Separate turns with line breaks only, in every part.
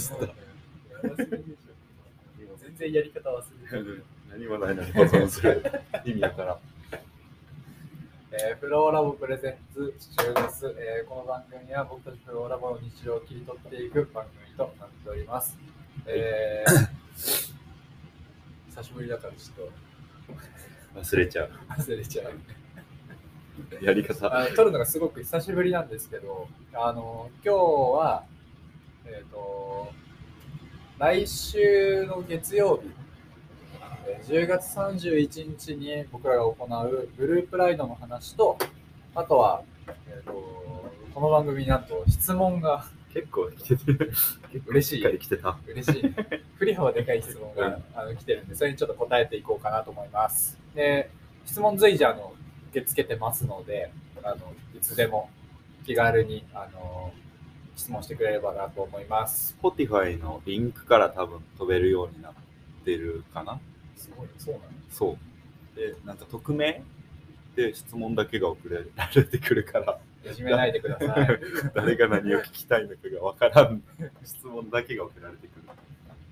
つった。
全然やり方忘れてる。
何もないのに発音する意味やからん。
えーフローラボプレゼンツ中です、えーこの番組は僕たちフローラボの日常を切り取っていく番組となっております。えー 久しぶりだからちょっ
忘れちゃう。
と忘れちゃう。
やり方。
あ撮るのがすごく久しぶりなんですけど、あの今日は、えー、と来週の月曜日、えー10月31日に僕らが行うグループライドの話と、あとは、えー、とこの番組なんと質問が
結構来てる。結構
嬉しい
しっかり来てた。
嬉しい、ね、振り幅でかい質問があの来てるんで、それにちょっと答えていこうかなと思います。で質問随時あの受け付けてますので、あのいつでも気軽にあの質問してくれればなと思います。
Spotify のリンクから多分飛べるようになってるかな。
すごい、そうなの
そう。で、なんか匿名で質問だけが送られてくるから、
いじめないでくだ さい。
誰が何を聞きたいのかがわからん。質問だけが送られてくる。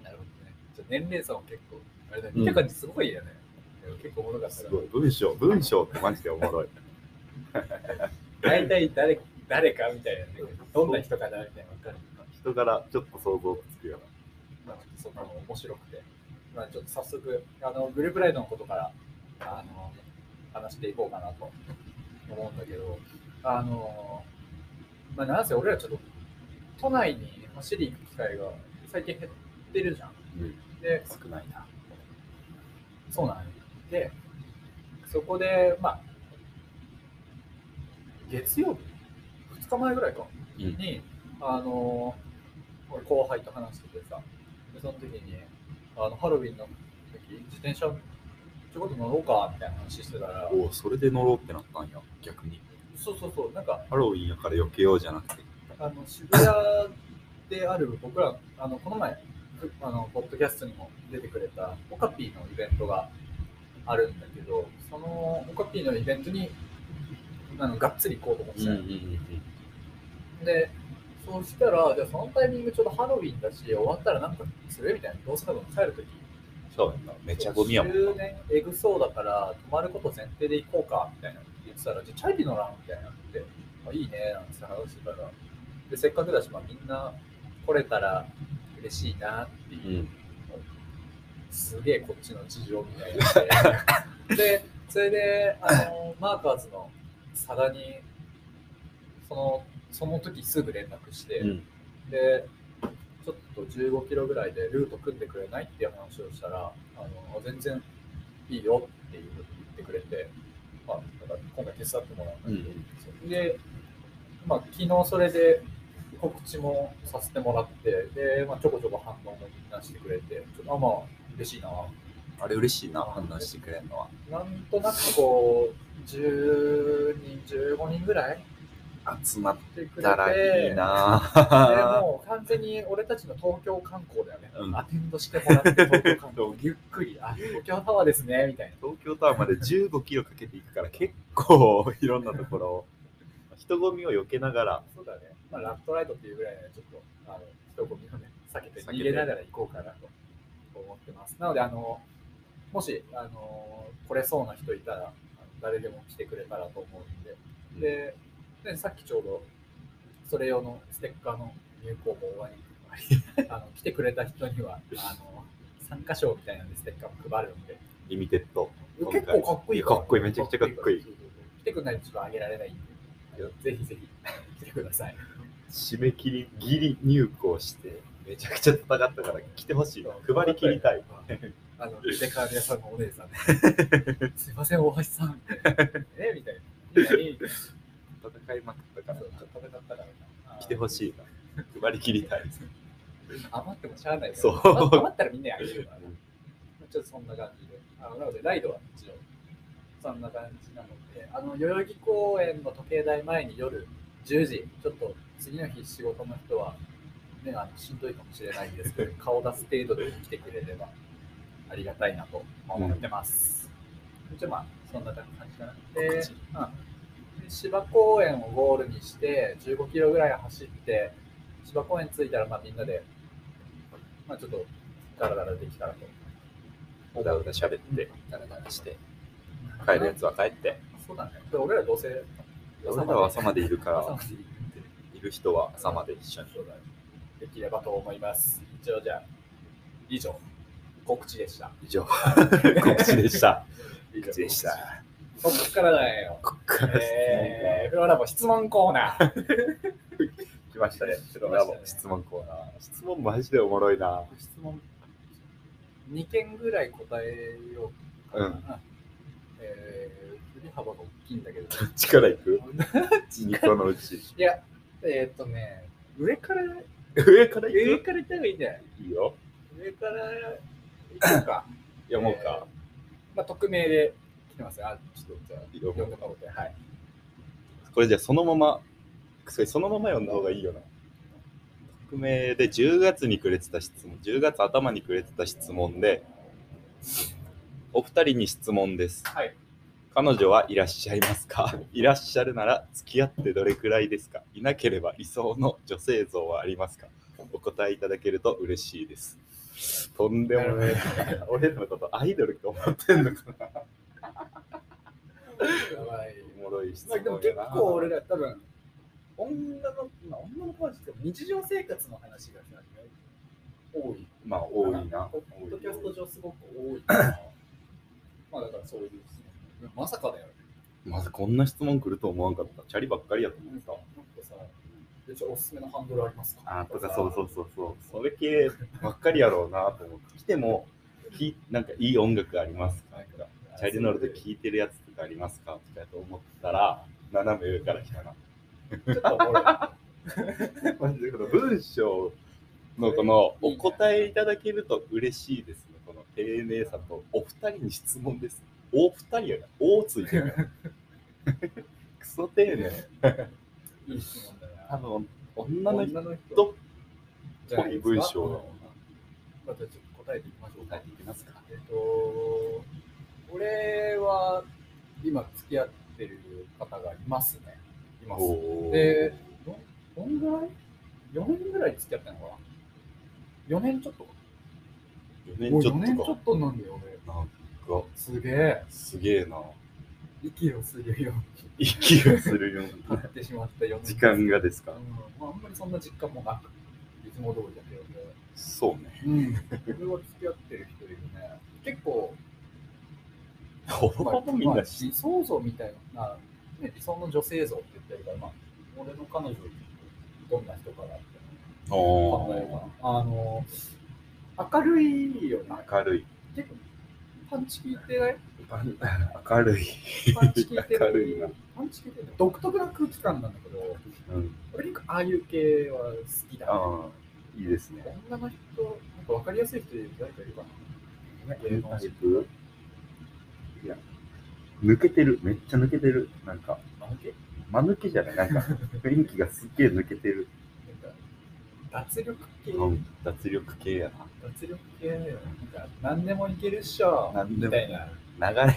なるほどね。じゃあ年齢差も結構、あれだね、見た感じすごいよね。結構おもろかっ
す
た
ごい。文章、文章ってマジでおもろい。
ら。大体誰誰かみたいなね。どんな人かなみたいな。わかる。
人からちょっと想像つくよ
なんかそんなの面白くて、まあ、ちょっと早速あのグループライドのことからあの話していこうかなと思うんだけどあの、まあ、なんせ俺らちょっと都内に走りに行く機会が最近減ってるじゃん。
うな。
で
少ないな。
そうなんよで、そこで、まあ、月曜日、2日前ぐらいか、
うん
に、あのー、俺後輩と話しててさ、でその時に、あのハロウィンの時、自転車、ちょこっと乗ろうか、みたいな話してたら、
おお、それで乗ろうってなったんや、逆に。
そうそうそう、なんか、
ハロウィンやから避けようじゃなくて。
あの渋谷である僕らあのこの前ふあのポッドキャストにも出てくれたオカピーのイベントがあるんだけどそのオカピーのイベントにあのがっつり行こうと思ってたよ、でそうしたらじゃあそのタイミングちょうどハロウィンだし終わったらなんかするみたいなどうせ多分帰るとき
そうやな。めちゃゴミやもん。
終電えぐそうだから泊まること前提で行こうかみたいな言ってたらじゃあチャリ乗らんみたいになって、あ、いいねなんて話してたらでせっかくだし、まあ、みんな来れたら嬉しいなっていう、
うん。
すげえこっちの事情みたい なでそれであのマーカーズの佐賀にそのその時すぐ連絡して、
うん。
で、ちょっと15キロぐらいでルート組んでくれないっていう話をしたら、あの全然いいよっていうふうに言ってくれて、まあ、だから今回手伝ってもらうんだけど、
うん
そうで、まあ、昨日それで告知もさせてもらって、で、まあ、ちょこちょこ反応もみんなしてくれて、ちょっとあまあ、嬉しいな。
あれ嬉しいな、判断してくれるのは。
なんとなくこう、10人、15人ぐらい
集まっ
来てくれ
たらいい
て、で
な。
もう完全に俺たちの東京観光だよね、
うん
アテンドしてもらって東京観光ゆっくりあ東京タワーですねみたいな
東京タワーまで15キロかけていくから結構いろんなところを人混みを避けながら
そうだね、まあ、ラットライトっていうぐらいならちょっとあの人混みをね避けて
避けて
逃げながら行こうかなと思ってますなのであのもしあの来れそうな人いたらあの誰でも来てくれたらと思うんでででさっきちょうどそれ用のステッカーの入稿も終 わりあの来てくれた人にはあの参加賞みたいなんでステッカーも配るんで
リミテッド今回
結構かっこいいら
かっこいいめちゃくちゃかっこいい
そうそうそう来てくんないとちょっとあげられないんでぜひぜひ来てくだ さい
締め切りギリ入校してめちゃくちゃ戦ったから来てほしいな配り切りたい
あのデカール屋さんのお姉さん すいません大橋さんみたいなえみたいないいねいいね
戦いまくったから
そう戦ったから
来てほ
い
しいな配り切りたい
余ってもしゃあないから
そう
余余ったらみんなにあげるから、ね、ちょっとそんな感じであのなのでライドは一応そんな感じなのであの代々木公園の時計台前に夜10時ちょっと次の日仕事の人は、ね、あのしんどいかもしれないんですけど顔出す程度で来てくれればありがたいなと思ってます、じゃあまあそんな感じかなで
告知
うんで芝公園をゴールにして15キロぐらい走って芝公園着いたらまあみんなでまあ、ちょっとダラダラできたらと。
うだうだ喋って、ダラダラして、帰るやつは帰って、
そうだね。で俺らどうせ
俺らは朝までいるか
朝
ら
ま、で行って
いる人は朝まで一緒に。
そうだねできればと思います。一応じゃあ、以上、告知でした。
以上、告知でした。
以上
告知でし。た。
こっからだよ。
こっからですね。
えー、フローラボ質問コーナー。
来ましたね。ちょっとラボ質問コーナー。質問マジでおもろいな。
質問2件ぐらい答えようかな。
うん
えー振り幅が大きいんだ けど。
どっちから行く2個のうち。
いや、えーっとね、上から、
上から
上
行
から行った方がいいんじゃない
くいいよ。
上から行こう か。
読もうか。
まあ、匿名で来てますよ。あ、ちょっとじゃあ、
読
読
も
ん
う
でもらおうかはい。
これじゃあそのまま、それそのまま読んだ方がいいよな。匿名で10月にくれてた質問、10月頭にくれてた質問で、お二人に質問です。
はい
彼女はいらっしゃいますか いらっしゃるなら付き合ってどれくらいですかいなければ理想の女性像はありますかお答えいただけると嬉しいです。とんでもない。俺らのことアイドルって思ってんのかな
やばい。
おもろい質
まあ、
問
でも結
やな。
構俺ら多分、女の、まあ、女の子はですけど日常生活の話がさ多い。
まあ多いな。
ポッドキャスト上すごく多い。まあだからそういうですね。まさかだよね。
まずこんな質問来ると思わんかった。チャリばっかりやと思
なん
っ
か
た。
さ、でじゃあおすすめのハンドルありますか
あーとかそうそうそうそう。それ系ばっかりやろうなと思って。来ても、きなんかいい音楽ありますかとか、チャリ乗ると聴いてるやつとかありますかとかやと思ったら、斜め上から来たな。
ちょっとおもろい
マジでこの 文章のこのお答えいただけると嬉しいですね。この丁寧さとお二人に質問です。お二人やな。おついてるや な。クソ丁寧。
いい質問だ
多
な。
分女の人
の
と
じゃないですか
文章だもんな
またちょっと答えていきましょうか。
答えていきますか。
えっと、俺は今付き合ってる方がいますね。います。
おー
でどどんぐらい ?4 年ぐらい付き合ってんのかな ?4 年ちょっとか。
4
もう
年ちょ
4年
っ
ちょ
と
っとなんだよ、俺。
か。なんか、
すげえ。
すげえな。
息をするよ。
息がするよう
経
な。
ってしまった4年。
時間がですか
うん。まあ、あんまりそんな実感もなく、いつも通りだけどね。
そうね。
うん。俺は付き合ってる人いるね。結構、
ほぼほぼみん
まあ
な知っ
理想像みたいな、ね、理想の女性像って言ってるから、まあ、俺の彼女どんな人かなって
あ
考えるかな。あの、明るいよな。
ー明るい。
結構、パンチ効いてない
明るい。
パンチ効いて
明るいな
る。パンチ効いてる。独特な空気感なんだけど、
うん。
俺結構ああいう系は好きだ、ね。
ああ、いいですね。
女の人、なんか分かりやすい人誰かいるかな。芸能
タイ
人。
プいや、抜けてる。めっちゃ抜けてる。なんか、
なんか
間抜けじゃない。 なんか、雰囲気がすっげえ抜けてる。
脱力系、
うん、脱力系や
脱力系だよね。なんか何でもいけるっしょ。
なんでも
みたいな。
な。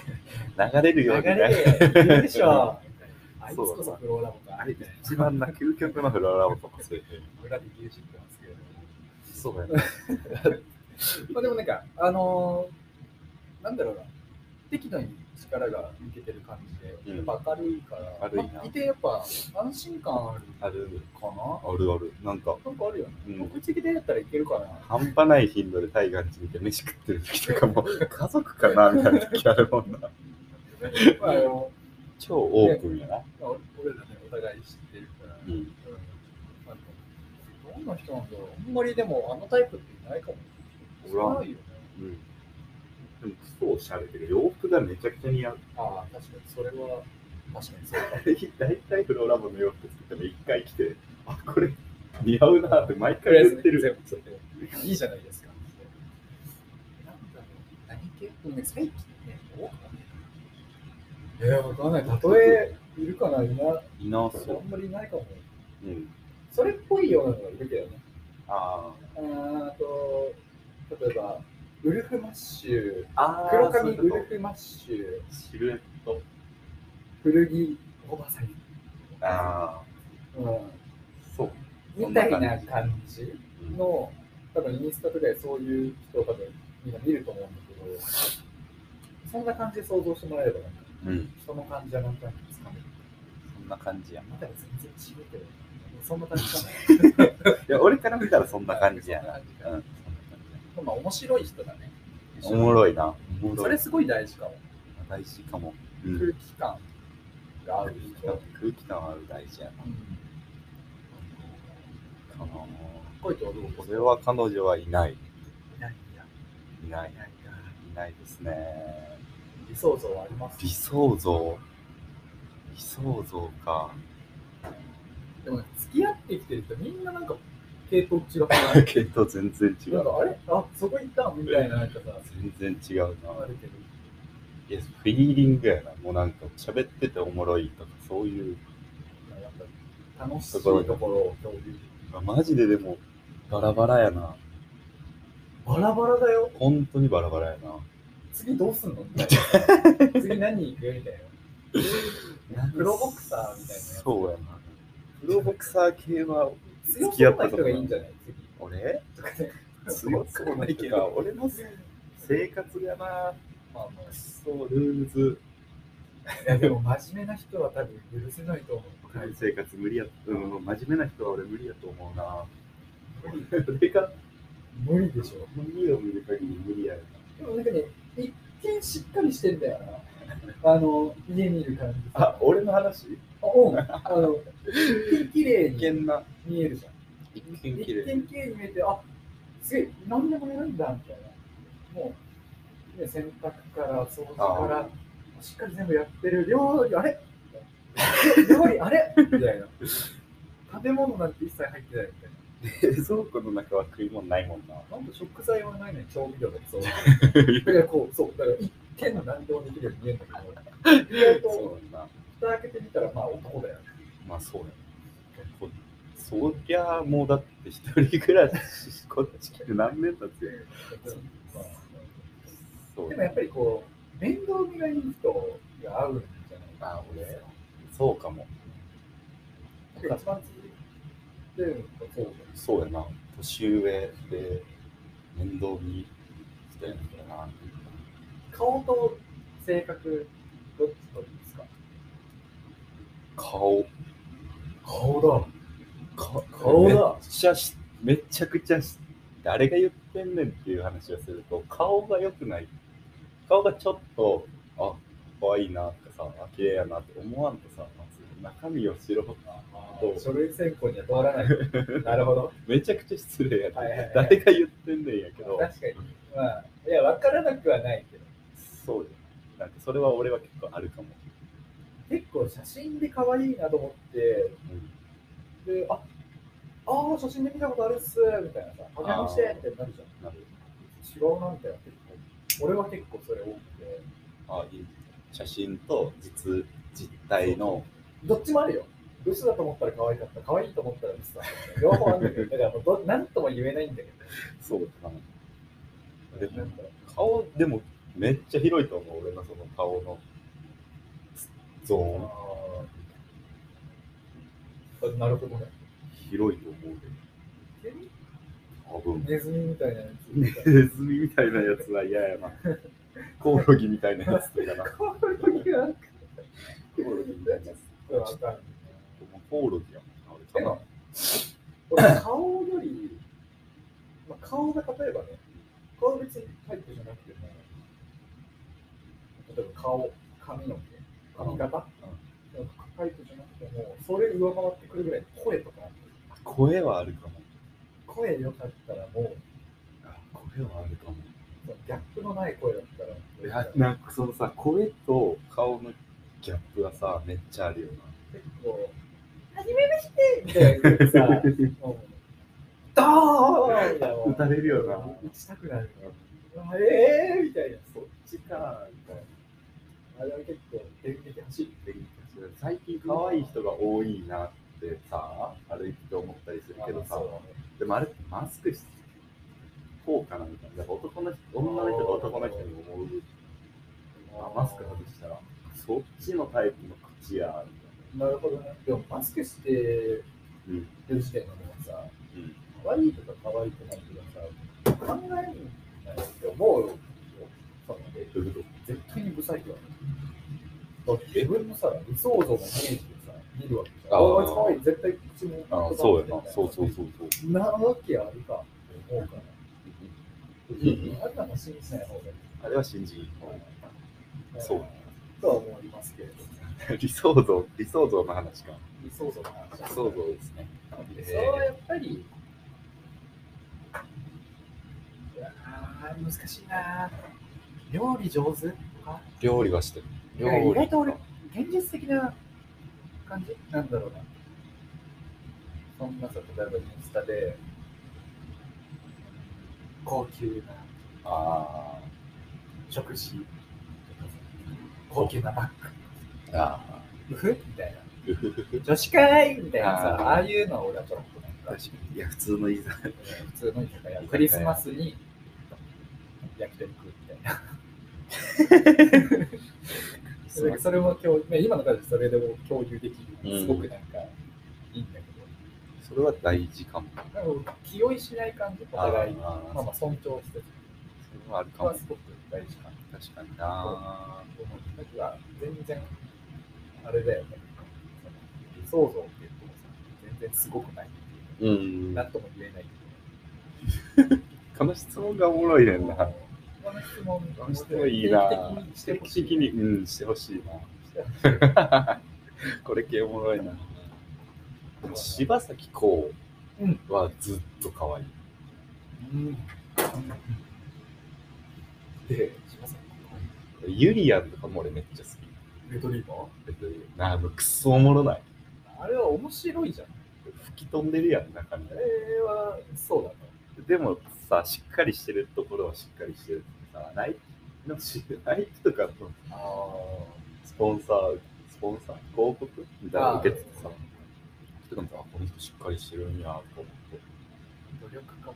流れ、 流れるよ
流
うになる。
れでいけるでし ょ。あいつ
そうだな
こそフローラボか。
あ
み
れ
たいな。
一番な究極のフララオとかそういう。
裏で牛耳ってますけど。
そうやね。
まあでもなんか、あのー、なんだろうな。適度に力が抜けてる感じで、や
う
っ
ん
ぱ明るいから、
明るいな
まあいてやっぱ安心感ある
ある、
かな。
あるある。なんか、
なんかあるよね。
うん、
目的でやったらいける かな。
半端ない頻度でタイガーに見て飯食ってる時とかも、家族かな みたいな時あるもんな。
まああの
超オープンやな。
まあ俺らね、お互い知ってるから。
うん。
うんどんな人なんだろうあんまりでもあのタイプっていないかも。
おらん
ないよね。
うん。でも、クソおしゃれてる。洋服がめちゃくちゃ似合う。
ああ、確かにそれは確かにそうか。
大体フローラボの洋服作っても一回着て、あ、これ似合うなって毎回言ってる。
全部全 部いいじゃないですか。なんだろう何系でもね最近ね、多くないえー、わかんない。例えいるかないな。
いな
あんまりいないかも。
う。うん。
それっぽいようなのがいるけどね。
あ
あーあと、例えば、ウルフマッシュ、
あ。あ
黒髪ウルフマッシュ。
シルエット。
古着おばさん、
ああ。
う
そう。
ん、みたいな感じの多分インスタとかでそういう人を多分みんな見ると思うんだけど、そんな感じで想像してもらえればなんか、
うん。
その感じはなんとなくつかめる。
そんな感じや。
まだ全然違うけど、そんな感じかな。
いや、俺から見たらそんな感じやな。
そんな感じか。まあ面白い人だね。
おもろいな。おも
そ
ろ
れ
い。
すごい大事かも。
大事かも。
空気感が合う人。
空気感は大事やな。かな
声とはどう
これは彼女はいない。
いないいない
いない
い。ない
いないですね。
理想像はあります
理想像。理想像か。
でもね付き合ってきてる人みんななんか傾向違うか
だけど全然違
らなん
う。
かあれあそこ行ったみたいななんかさ
全然違うな。
あるけど
いや、フィーリングやな。もうなんか喋ってておもろいとか、そういう。
やっぱ楽しいところを共有
あマジででも、バラバラやな。
バラバラだよ
本当にバラバラや
次どうすんのみたい な次何行くみたい
な。
プロボクサーみたいなやつ
そうやな。プロボクサー系は、
な強そうな人がいいんじゃない次
俺
とかね
強そうないけど、俺の生活がな。
まあま
くそう、ルーズ。
あいやでも真面目な人は多分許せないと思う
俺の生活無理や、うん、真面目な人は俺無理やと思うな。俺が
無理でしょ
海を見る限り無理やよ
でもなんかね、一見しっかりしてんだよな。あの、家にいる感じ。
な。あ、俺の話
あうん。あの、一見綺麗に
見な。
見えるじゃん。
一
一見綺麗に見えて、あすげえ、何でもやるんだ、みたいな。もう、ね、洗濯から掃除か
あ
ら
あ、
しっかり全部やってる。料理、あれ料理、あれみたいな。食べ物なんて一切入ってないみたい
冷蔵庫の中は食い物ないもんな。
な。なんか食材はないのに調味料だけそう。だからこう、そう、だから一見の何でもできるように見えるんだけど、意外と
そうな。
蓋開けてみたらまあ男だよね。
まあそうや。こそりゃあもうだって一人暮らし、こっち来て何年経つやん。そう
でもやっぱりこう面倒見がいい人が合うんじゃないかな。
あ俺そうかも。
一番続いてるのがそうだよね
そうやな。年上で面倒見したやんからな。
顔と性格どっちとりますか
顔。
顔だ。
か
顔だ
めっちゃしめちゃくちゃし誰が言ってんねんっていう話をすると顔が良くない顔がちょっとあ可愛いなとかさあ綺麗やなって思わんとさまず中身を知ろうそう
書類選考には通ら ない。なるほど。
めちゃくちゃ失礼やで、
はいはいはい
誰が言ってんねんやけど
確かに。まあ、いや、わからなくはないけど、
そうじゃんなんかそれは俺は結構あるかも、
結構写真で可愛いなと思って、で、ああー、写真で見たことあるっす、みたいなさ、書き直して、みたいになるじゃん。
なる
違うな、みたいな、結構。俺は結構それ多くて、
あいい写真と実実体の
どっちもあるよ。嘘だと思ったら可愛かった、可愛いと思ったら嘘だった。両方あるんだけど、だからもう ど、なんとも言えないんだけ
そうだなで
ど、な
も
んか、
顔でもめっちゃ広いと思う俺のその顔のゾ
あ
ーン
ーなるほどね。
広いと思うで多分
ネズミみたいなやつ。
ネズミみたいなやつは嫌やなコオロギみたいなやつとかな
可愛いな
コオロギみたいなやつ
これわかる
コオロギやもんな
で
俺かな
も、俺顔より、まあ、顔が例えばね、顔別にタイプじゃなくても、例えば顔、髪の毛、髪型、なんかタイプじゃなくても、それ上回ってくるぐらい声とか、
声はあるかも
声良かったらもう、
あ声はあるかも
そのギャップのない声だった
い
ら、
やなんかそのさ声と顔のギャップがさめっちゃあるよ
結構、はじめましてみたいな言ってさ、もうドーンみたいな。
な打たれるよな
打ちたくなる。ええーみたいな。
そっちかみたい
あ
な
れは結構電撃走る。
最近可愛い人が多いなってさ歩いてて思ったりするけどさでもあれってマスクしてこうかなみたいなやっぱ男の人女の人が男の人に思うあマスク外したらそっちのタイプの口やみ
なるほどね。でもマスクして
たいな
る時点でもうさ、
うん
可愛いとか可愛くないとかさ、考えないって思うよ。その
どういうこ
絶対にブサイクだろ。だって自分のさ、理想像のイメージでさ、見るわけじゃん。
あー
あいつ可愛い、絶対口も
と
言
あ
葉
そう
み
や
たい
な。そうそうそうそう。
なわけあるかって思うから。あれなんか信じない方がいい。
あれは新人。そう。
とは思いますけれども、
理想像、理想像の話か。
理想像の話
理想像ですね。
理想はやっぱり、いやー難しいなー料理上手とか
料理はしてる。
いや
料
意外
理
と俺、現実的な感じなんだろうな。そんなさ、例えばインスタで、高級な
あ
食事とかさ、高級なバッ
ーあ
グ、うふみたい
ー。うふふふ
な、女子会みたいなさ、
あー
ああいうのは俺はちょっとなんか、
確かに。いや、普通のいざ。
普通の居酒屋、クリスマスに焼き鳥食うみたいな。それそれも共ね今の感じそれでも共有でき
う
る、
ん
すごくなんかいいんだけど、
それは大事かも。
なんか気負いしない感じ、お互い、ま
あー
あまあ尊重して、
それはあるか
それ
も
は。すごく大事かな
確かにな。
と思う。なんか全然、あれだよね、理想像って言ってもさ、全然すごくないっていう
うん
なんとも言えないけ
この質問がおもろいね
ど、
んな。
この質問
この質問いいな。
定期的に
定期的に、うん、してほしいな。 これ系おもろいな。でも柴咲コウはずっと可愛い。
うん。で、柴崎
ユリアンとかも俺めっちゃ好き。
レトリーバー
なあ、もうクソおもろない。
あれは面白いじゃん。
吹き飛んでるやん、中身
あ。れはそうだね。
でもさ、しっかりしてるところはしっかりしてるってさ、ナイキのしナイキとかの
あ
スポンサー、スポンサー広告みたいなの受けてさ、てかもさ、あこの人しっかりしてるんやと思って。
努力家か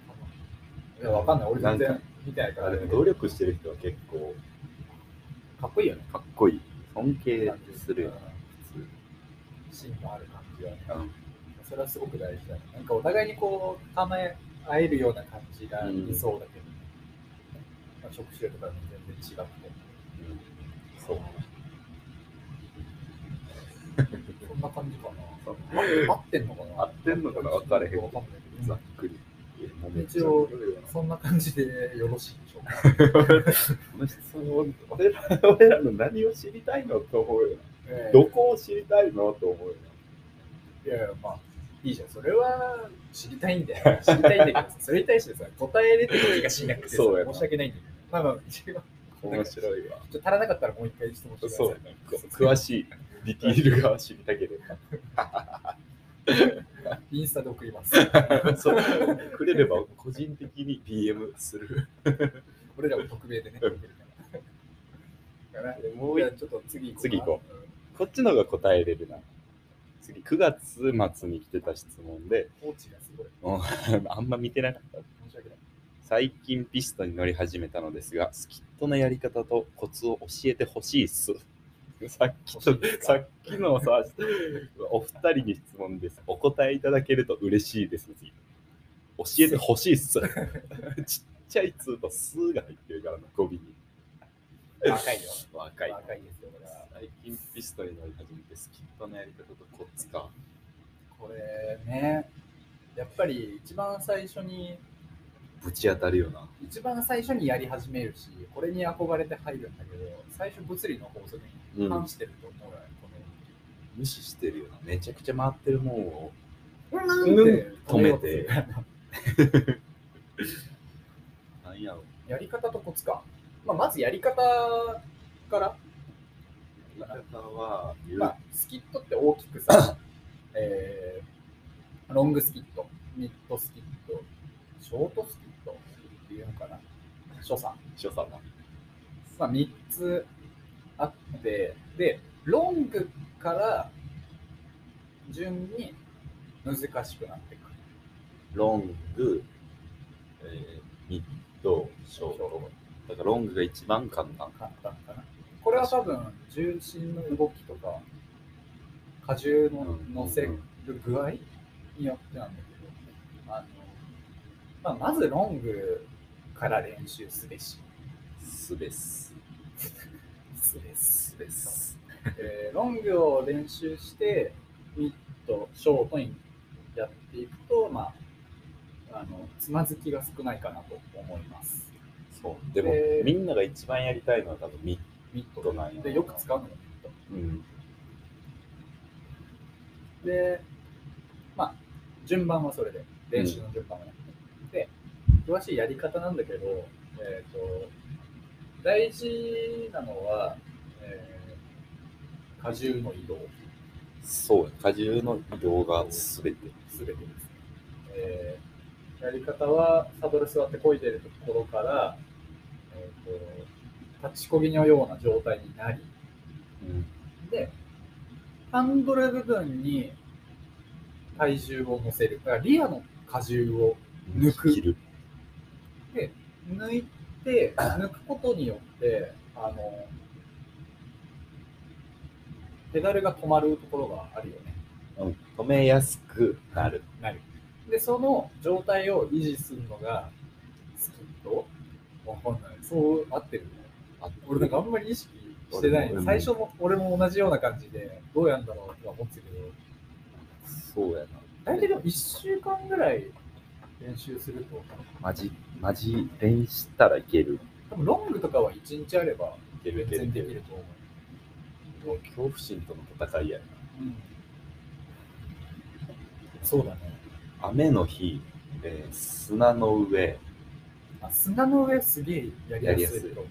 な。いや、わかんない。俺全
なん
然
か
見てないから
あ
あれ
で
だ
も
け
努
ど。
力してる人は結構
かっこいいよね。
かっこいい。尊敬するよね。
芯のある感じはね。
うん
それはすごく大事だね。なんかお互いにこう、構え合えるような感じが理想だけど、まあ、職種とか全然違くて。
うんそう。
そんな感じかな。合ってんのかな
合ってんのかな分かれへんけど
わかんないけ
ざ
ど
っくり。いやもうめっちゃ
一応
面白いよな
そんな感じでよろしいでしょうか。
この質問、俺ら俺らの何を知りたいのと思うよな。
ええ
どこを知りたいのと思うよ
い
な。
やいや、まあ、いいじゃん。それは知りたいんだ よ。知りたいんだけどさ、それに対してさ、答え出てる気がしなくてさ、
そうやな
申し訳ないんだけど。まあまあ、一応、
面白いわ。
ちょっと足らなかったらもう一回質問してください。
そうやな。こ詳しいディティールが知りたけれ
インスタで送り ます。
ば。そう。くれれば個人的に DM する。
俺らも匿名でね、送るから。だから
もう
じゃ
一
あちょっと次行こうか。
次行ここっちの方が答えれるな。次、9月末に来てた質問で、
うん。コーチがすごい。
あんま見てなかった。
申し訳ない。
最近ピストに乗り始めたのですが、スキットのやり方とコツを教えてほしいっす。 さっきと
欲しいですか
さっきのさ、 お二人に質問です。お答えいただけると嬉しいです。次教えてほしいっす。 ちっちゃいツーとスーが入ってるからな、語尾に。
若いよ。
若い。
若いですよ、これは。
最近ピストに乗り始めて、スキットのやり方とコツか。
これね、やっぱり一番最初に、
ぶち当たるよな。
一番最初にやり始めるし、これに憧れて入るんだけど、最初物理の法則に反してると思うよ、
無視してるよな。めちゃくちゃ回ってるもんを。
この。
うん止めて。 なんやろ。
やり方とコツか。まあ、まずやり方から、
やり方は、
まあ、スキットって大きくさ、えーロングスキット、ミッドスキット、ショートスキットっていうのかな。所作。
所作な。
まあ、3つあって、で、ロングから順に難しくなっていくる。
ロング、えー、ミッド、ショート。だからロングが一番簡単。
簡単かな。これは多分、重心の動きとか、荷重の乗せる具合によってなんだけど、あの、まあ、まずロングから練習すべし。
すべす。
すべす。
すべす。
えーロングを練習して、ミッド、ショートインやっていくと、まあ、あのつまずきが少ないかなと思います。
そう。でも、
えー
みんなが一番やりたいのは多分ミッ
ミッ
ド
ド
なんや。
でよく使うのがミッド。
うん。
で、まあ、順番はそれで、練習の順番はね。で、詳しいやり方なんだけど、えっ、と、大事なのは、えー荷重の移動、
そう。荷重の移動がすべて。
すべてですね。えーやり方は、サドル座って漕いでるところから、えっ、と、立ちこぎのような状態になり、
うん。
で、ハンドル部分に体重を乗せる。だからリアの荷重を抜く
切る。
抜いて、抜くことによって、あの、ペダルが止まるところがあるよね。
うん。止めやすくなる。
なる。で、その状態を維持するのが好きとわかんない。そう合ってる
あ
俺なんかあんまり意識してない
俺も。
最初も俺も同じような感じで、どうやるんだろうとは思ってたけど、
そうやな。
大体でも1週間ぐらい練習すると、
マジ、マジ練したらいける。
多分ロングとかは1日あれば
いけ
全
るいける
然
い
で
け
き
る。
ると思う。
もう恐怖心との戦いやな。
うんそうだね。
雨の日、えー砂の上、
あ砂の上すげえやりやすいと思う。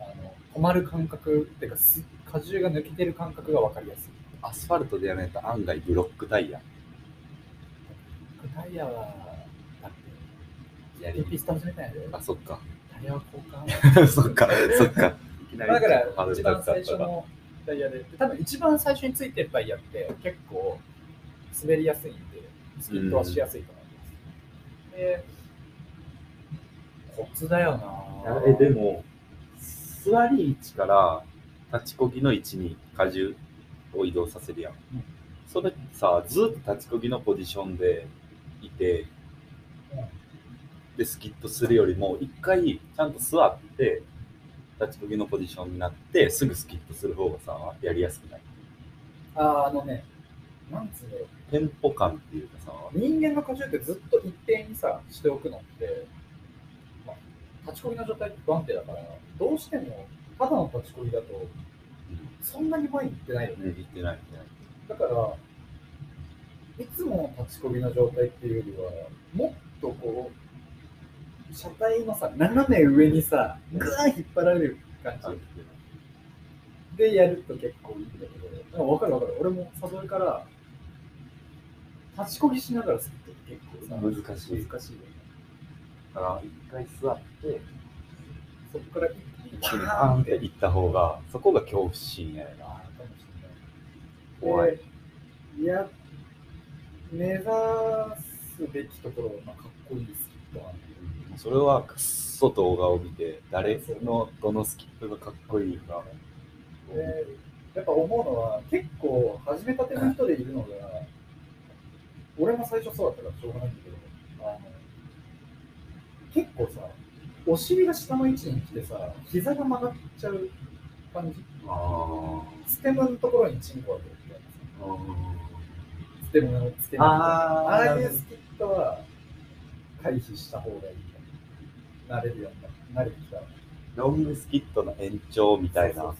あの止まる感覚っていうかす荷重が抜けてる感覚が分かりやすい。
アスファルトでやらないと案外ブロックタイヤ。
タイヤはだっ
や
て ピストンみたいな
あ、そっか。
タイヤは交換。
そっか、そっ か。いきな
だか
ちょっとハード
ら一番
ル高
最
かっ
初
たな
のタイヤで、多分一番最初についてるタイヤって結構滑りやすいんで、スキットはしやすいと思います。で、コツだよなぁ
え、でも、座り位置から立ちこぎの位置に荷重を移動させるやん。
ん
それさ、ずっと立ちこぎのポジションでいて、で、スキッとするよりも、一回ちゃんと座って、立ちこぎのポジションになって、すぐスキッとする方がさ、やりやすくない
あーあのね、なんつうのよ、
テンポ感っていうかさ、
人間の過重ってずっと一定にさ、しておくのって、まあ、立ちこぎの状態って不安定だから、どうしても、ただの立ちこぎだと、そんなに前に行ってないよね。
うん、いってない、いってない。
だから、いつもの立ちこぎの状態っていうよりは、もっとこう、車体のさ、斜め上にさ、ぐーん引っ張られる感じ。でやると結構いいんだけど、でも分かる分かる、俺もサドルから立ちこぎしながらするって結構さ、
難しい。
難しいよね。
だから、一回座って、
そこから一気にパ
パ
ー
ーン
ン
っ
ってて
行った方が、そこが恐怖心やよな。
あーかもしれない
怖い。
いや、目指すべきところはまあかっこいいですけど、
それはくっそ動画を見て、誰のどのスキップがかっこいいか。
でやっぱ思うのは、結構始めたての人でいるのが、俺も最初そうだったからしょうがないんだけど、あの結構さ、お尻が下の位置に来てさ、膝が曲がっちゃう感じ、
ああ
ステムのところにチンコが来るみたいなさステムの付け根みたい
あ
な
あ
ああいうスキットは回避した方がいいみたいな。慣れるようにな慣れてきた。
ロングスキットの延長みたいな。
そうそう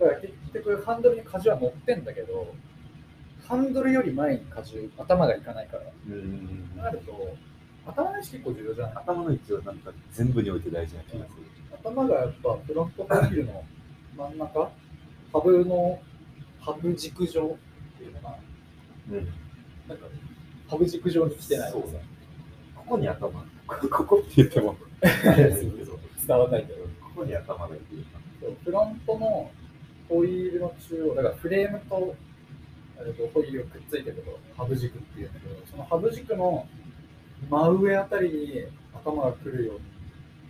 そうだから結局ハンドルに荷重は乗ってんだけど、ハンドルより前に荷重、頭がいかないから。
うん
なると、頭の位置結構重要じゃない
頭の位置はなんか全部において大事な気がする。
頭がやっぱフロントフィールの真ん中、ハブの、ハブ軸上っていうのが、
うん、
なんか、ハブ軸上に来てない
そうだここに頭、こここって言って も、あれですけど、こ
伝わらないけど。
こに頭がいるよ
そうフロントのホイールの中央、だからフレームとえっとホイールがくっついてるところ、ハブ軸っていうんだけど、そのハブ軸の真上あたりに頭が来るように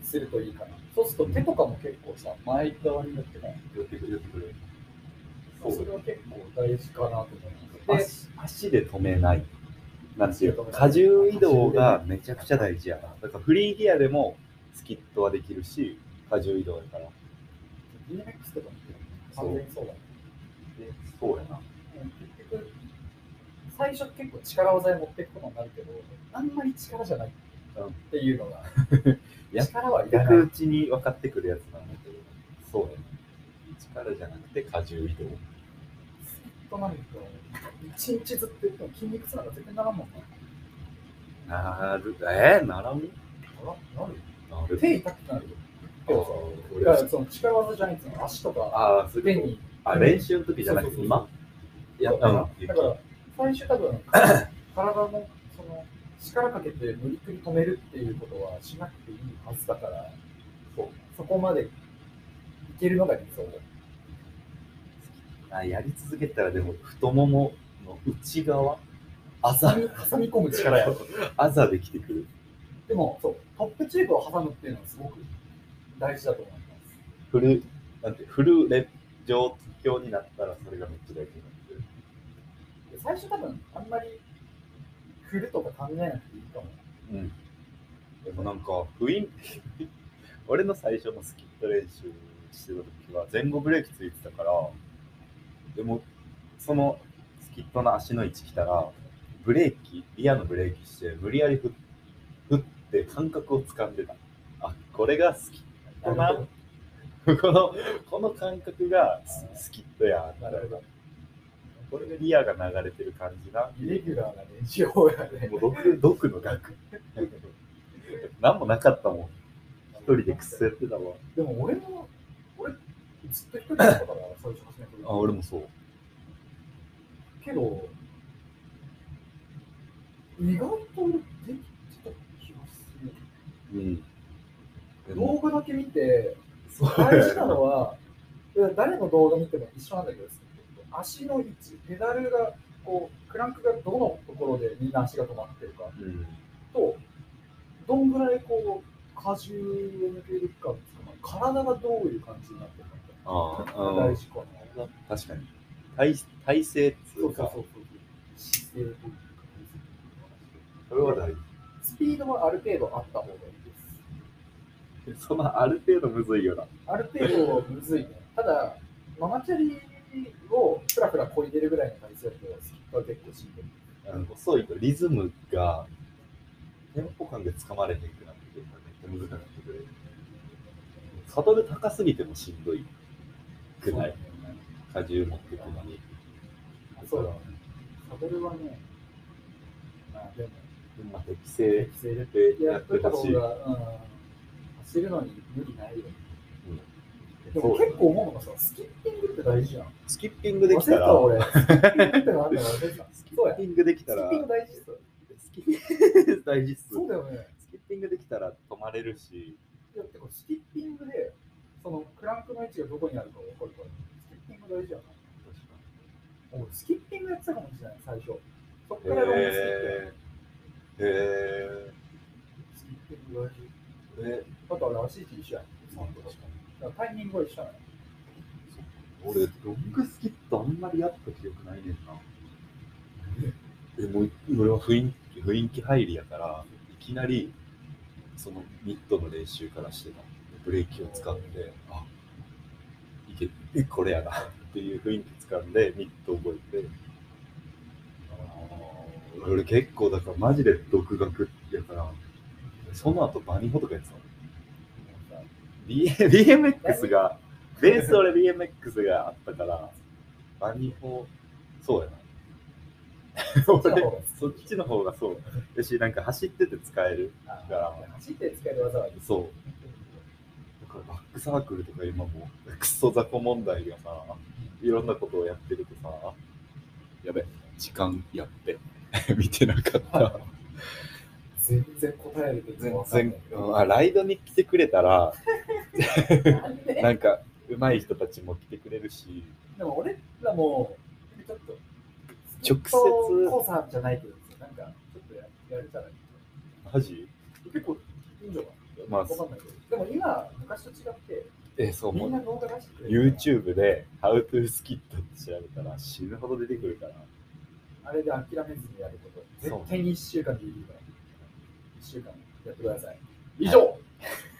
するといいかな。そうすると手とかも結構さ、前側になってね、
な。寄ってくる、寄ってくる。
それは結構大事かなと思います。で
足足で止めない。なんていうか、荷重移動がめちゃくちゃ大事やな。だからフリーギアでもスキットはできるし、荷重移動やから。
DMX とかも完全にそうだね。
でそうやな。
結局、最初結構力技に持っていくことになるけど、あんまり力じゃないっていうのが、
や
力はいらな
逆
い。
打ちに分かってくるやつなんだけど、そうやな。力じゃなくて荷重移動。
となると、一日ずっとやっても筋肉痛なんか絶対ならんもんね。
なる、えー、ならん
なるよ
なる
手痛くなるよ。
あー俺
だからその力技じゃないんですよ。足とか
あー、す
腕
げえ。
に。
あ、練習の時じゃなくて今いや、うん。
だから、最初多分、体のその力かけて無理くり止めるっていうことはしなくていいはずだから、そうそこまでいけるのが理想だ。
あやり続けたらでも太ももの内側あざ
挟み込む力や。
あざできてくる
でも、そう、トップチューブを挟むっていうのはすごく大事だと思います。
フルなんてフルレ状況になったらそれがめっちゃ大事になってくる
で最初多分、あんまり振るとか考えなくていいかも。
うんでもなんか雰囲気 俺の最初のスキット練習してた時は前後ブレーキついてたからでもそのスキットの足の位置来たらブレーキリアのブレーキして無理やり振っ振って感覚を掴んでたあこれがスキットな このこの感覚がススキットやみたいな
なるほど
これがリアが流れてる感じな
イレギュラーな練習法やね。
もう毒毒の額何もなかったもん一人でくっそやってたわ
でも俺も、俺、ずっと一人だったから、最初始めた時
あ俺もそう
けど、意外と俺できてた気がする。
うんで
動
も
画だけ見て、
そう
大事なのは、いや誰の動画見ても一緒なんだけど、足の位置、ペダルが、こう、クランクがどのところでみんな足が止まってるか
うん
と、どんぐらいこう、荷重を抜けるかっていうか、体がどういう感じになってるかって
ああう
大
ん
事かな。
確かに体体勢っつ
そううそう
か
そうそう。姿勢というか
それは大事
スピードはある程度あった方がいいです。
そのある程度むずいよな
ある程度むずいね。ただ、ママチャリをふらふらこいでるぐらいの体勢だと、スキップは結構しんどい。
あの遅いとリズムがテンポ感でつかまれへんくなってくるからめっちゃ難しくなってくるサドル高すぎてもしんどいくない荷重持ってくのに
そうだね。サドルはね、まあでも、
でもまあ適正
適正で
でや
や
っ
ってといた
ほ
方
し
が、
い、
うん、走るのに無理ないよ。で
そ
も
う
結構思うのがさ、スキッピングって大事じゃん。
スキッピングできたら
忘れてた俺。スキッピングってのあるの忘れてた。
スキ
そう
ッ
や。
ピングでき
ス
たら
キッピング大事っすよ。
スキッピング大事っす
そうだよね。
スキッピングできたら止まれるし
いや、でもスキッピングで、そのクランクの位置がどこにあるか分かるから、スキッピング大事やな。俺、スキッピングやってたかもしれない、最初。そっ
へ
からロングスキップや
えへ
スキッピング大事。
ええ
あとあれ、足位置一緒やん。だからタイミングは一緒やん。
俺、ロングスキットあんまりやった記憶ないねんな。え、もう、俺は雰囲気、雰囲気入りやから、いきなり、そのミッドの練習からしてた。ブレーキを使って、あ、いけ、え、これやな、っていう雰囲気掴んで、ミッド覚えて。あー俺結構、だからマジで独学やから、その後バニホとかやってたの。D- BMX が、ベース俺 BMX があったから、バニホ、そうやな。
そ っちの方が
そっちの方がそう。よし、なんか走ってて使える。
あー走って使える技はいい。
そう。だからバックサークルとか今もう、クソ雑魚問題がさ、いろんなことをやってるとさ、やべ、時間やって、 見てなかった。
全然答えるけど、
全然、うんあライドに来てくれたら、
なんで
なんか、上手い人たちも来てくれるし、
でも俺らも、ちょっと、
直接
コーさんじゃないけど、なんか、ちょっとややれたらいい。
マジ
結構、いいんじゃない
まあ
わ、かんないけど。でも今、昔と違って、
え、そう
み
思
ん
う。
な動画出してくれるから。
YouTube で How to Skit って調べたら死ぬほど出てくるから、
あれで諦めずにやること。絶対に1週間でいいから。1週間やってください。以上、